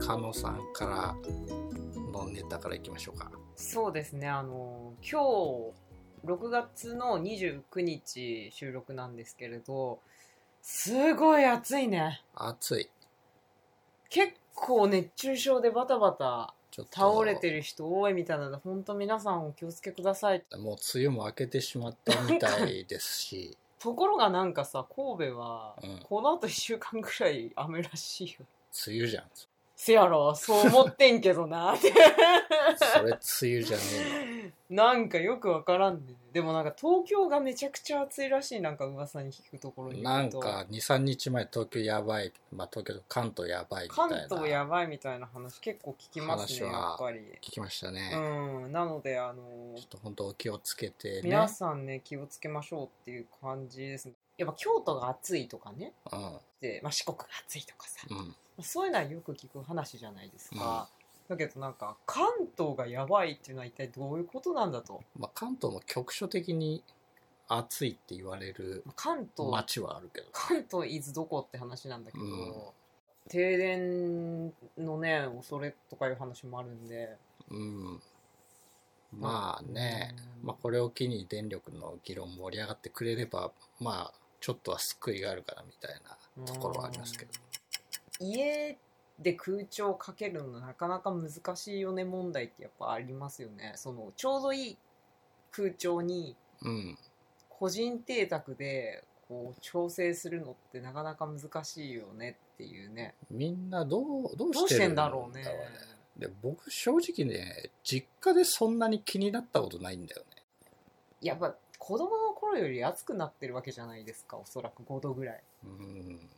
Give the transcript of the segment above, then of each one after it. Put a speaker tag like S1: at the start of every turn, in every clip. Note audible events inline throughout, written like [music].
S1: カノさんからのネタからいきましょうか
S2: そうですねあの今日6月の29日収録なんですけれどすごい暑いね
S1: 暑い
S2: 結構熱中症でバタバタ
S1: ちょっと
S2: 倒れてる人多いみたいなので本当皆さんお気をつけください
S1: もう梅雨も明けてしまったみたいですし [laughs]
S2: ところがなんかさ神戸は
S1: うん
S2: このあと1週間ぐらい雨らしいよ
S1: 梅雨じゃん
S2: せやろそう思ってんけどな [laughs] って
S1: それ梅雨じゃね
S2: なんかよくわからんねでもなんか東京がめちゃくちゃ暑いらしいなんか噂に聞くところ
S1: え
S2: [laughs] に
S1: のな
S2: よる
S1: ん
S2: と
S1: か23日前東京やばいまあ東京と関東やばいみたい
S2: 関
S1: な
S2: 東やばいみたいな話結構聞きます
S1: 話
S2: ね
S1: は
S2: やっぱり
S1: 聞きましたね、
S2: うんなのであの
S1: ちょっと本当お気をつけてね
S2: 皆さんね気をつけましょうっていう感じですねやっぱ京都が暑いとかね
S1: うん
S2: で、まあ、四国が暑いとかさ
S1: うん
S2: そういうのはよく聞く話じゃないですか、だけどなんか関東がやばいっていうのは一体どういうことなんだと
S1: まあ、関東も局所的に暑いって言われる
S2: 関東
S1: 街はあるけど
S2: 関東伊豆どこって話なんだけど、
S1: うん
S2: 停電のね恐れとかいう話もあるんで
S1: うんまあね、
S2: うん
S1: まあ、これを機に電力の議論盛り上がってくれればまあちょっとは救いがあるかなみたいなところはありますけど
S2: 家で空調かけるのなかなか難しいよね問題ってやっぱありますよねそのちょうどいい空調に
S1: うん
S2: 個人邸宅でこう調整するのってなかなか難しいよねっていうね
S1: みんなどうどう
S2: どう
S1: し
S2: してて
S1: る
S2: ん
S1: んだ
S2: だ
S1: ろ
S2: ろ
S1: う
S2: うね
S1: ねで僕正直ね実家でそんなに気になったことないんだよね
S2: やっぱ子供の頃より暑くなってるわけじゃないですかおそらく5度ぐらい
S1: うん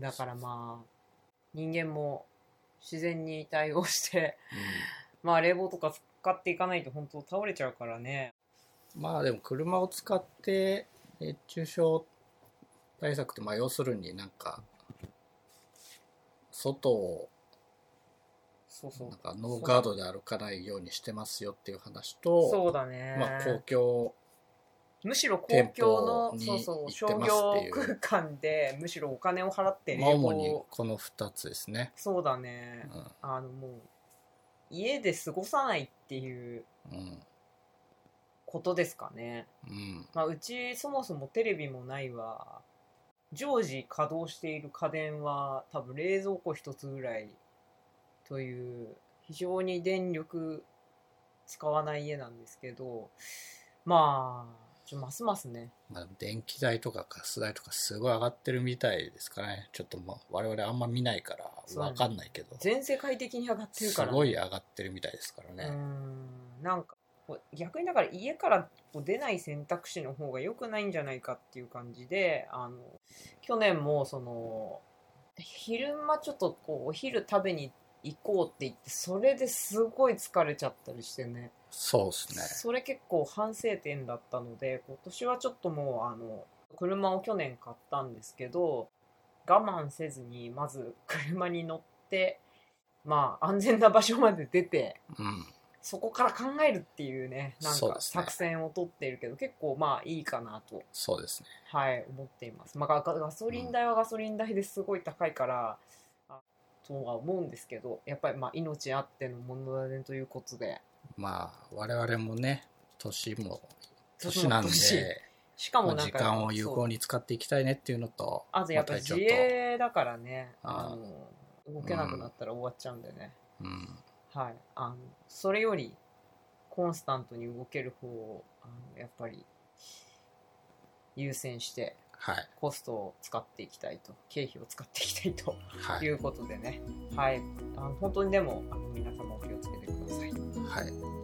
S2: だからまあ人間も自然に対応してまあ冷房とか使っていかないと本当倒れちゃうからね
S1: うん、まあでも車を使って熱中症対策ってまあ要するになんか外を
S2: そうそ
S1: なん
S2: う
S1: かノーガードで歩かないようにしてますよっていう話と
S2: そうだね、
S1: まあ、公共
S2: むしろ公共の
S1: 店
S2: そ
S1: 舗
S2: う
S1: に
S2: そう
S1: 行って
S2: 商
S1: ますってい
S2: 業
S1: う
S2: 空間でむしろお金を払って冷
S1: まあ主に
S2: 房
S1: この2つですね、
S2: そうだね
S1: う
S2: あのもう家で過ごさないっていうん
S1: うん
S2: ことですかね、
S1: うん、
S2: まあ、うちそもそもテレビもないわ常時稼働している家電は多分冷蔵庫一つぐらいという非常に電力使わない家なんですけどまあちょますますね
S1: まあ、電気代とかガス代とかすごい上がってるみたいですかねちょっとまあ我々あんま見ないから
S2: そう
S1: 分かんないけど、
S2: 全世界的に上がってる
S1: す
S2: からね、
S1: ごい上がってるみたいですから
S2: うー
S1: ね、
S2: んなんかこう逆にだから家からこう出ない選択肢の方が良くないんじゃないかっていう感じであの去年もその昼間ちょっとこうお昼食べに行こうって言ってそれですごい疲れちゃったりしてね
S1: そうですね
S2: それ結構反省点だったので今年はちょっともうあの車を去年買ったんですけど我慢せずにまず車に乗ってまあ安全な場所まで出て
S1: うん
S2: そこから考えるっていうね、なん
S1: そう
S2: か
S1: ですね
S2: 作戦を取っているけど、結構まあいいかなと、
S1: そうですね
S2: はい、思っています。まあガガソリン代はガソリン代ですごい高いから、あとは思うんですけど、やっぱりまあ命あってのものだねということで、
S1: まあ我々もね年も
S2: 年
S1: 年
S2: も
S1: なんで
S2: 年しか
S1: ま
S2: も
S1: あ
S2: なん
S1: 時
S2: か、
S1: 間を有
S2: そ
S1: 効
S2: う
S1: に使っていきたいねっていうのと
S2: あとやっぱ
S1: まあ
S2: 自
S1: 体調と
S2: 営だからね、
S1: あ
S2: あの動けなくなったら終わっちゃうんでね、
S1: うん
S2: はい、あのそれよりコンスタントに動ける方をあのやっぱり優先して。
S1: はい
S2: コストを使っていきたいと経費を使っていきたいと
S1: はい
S2: い、うことでねはい、あの本当にでもあの皆様お気をつけてください
S1: はい、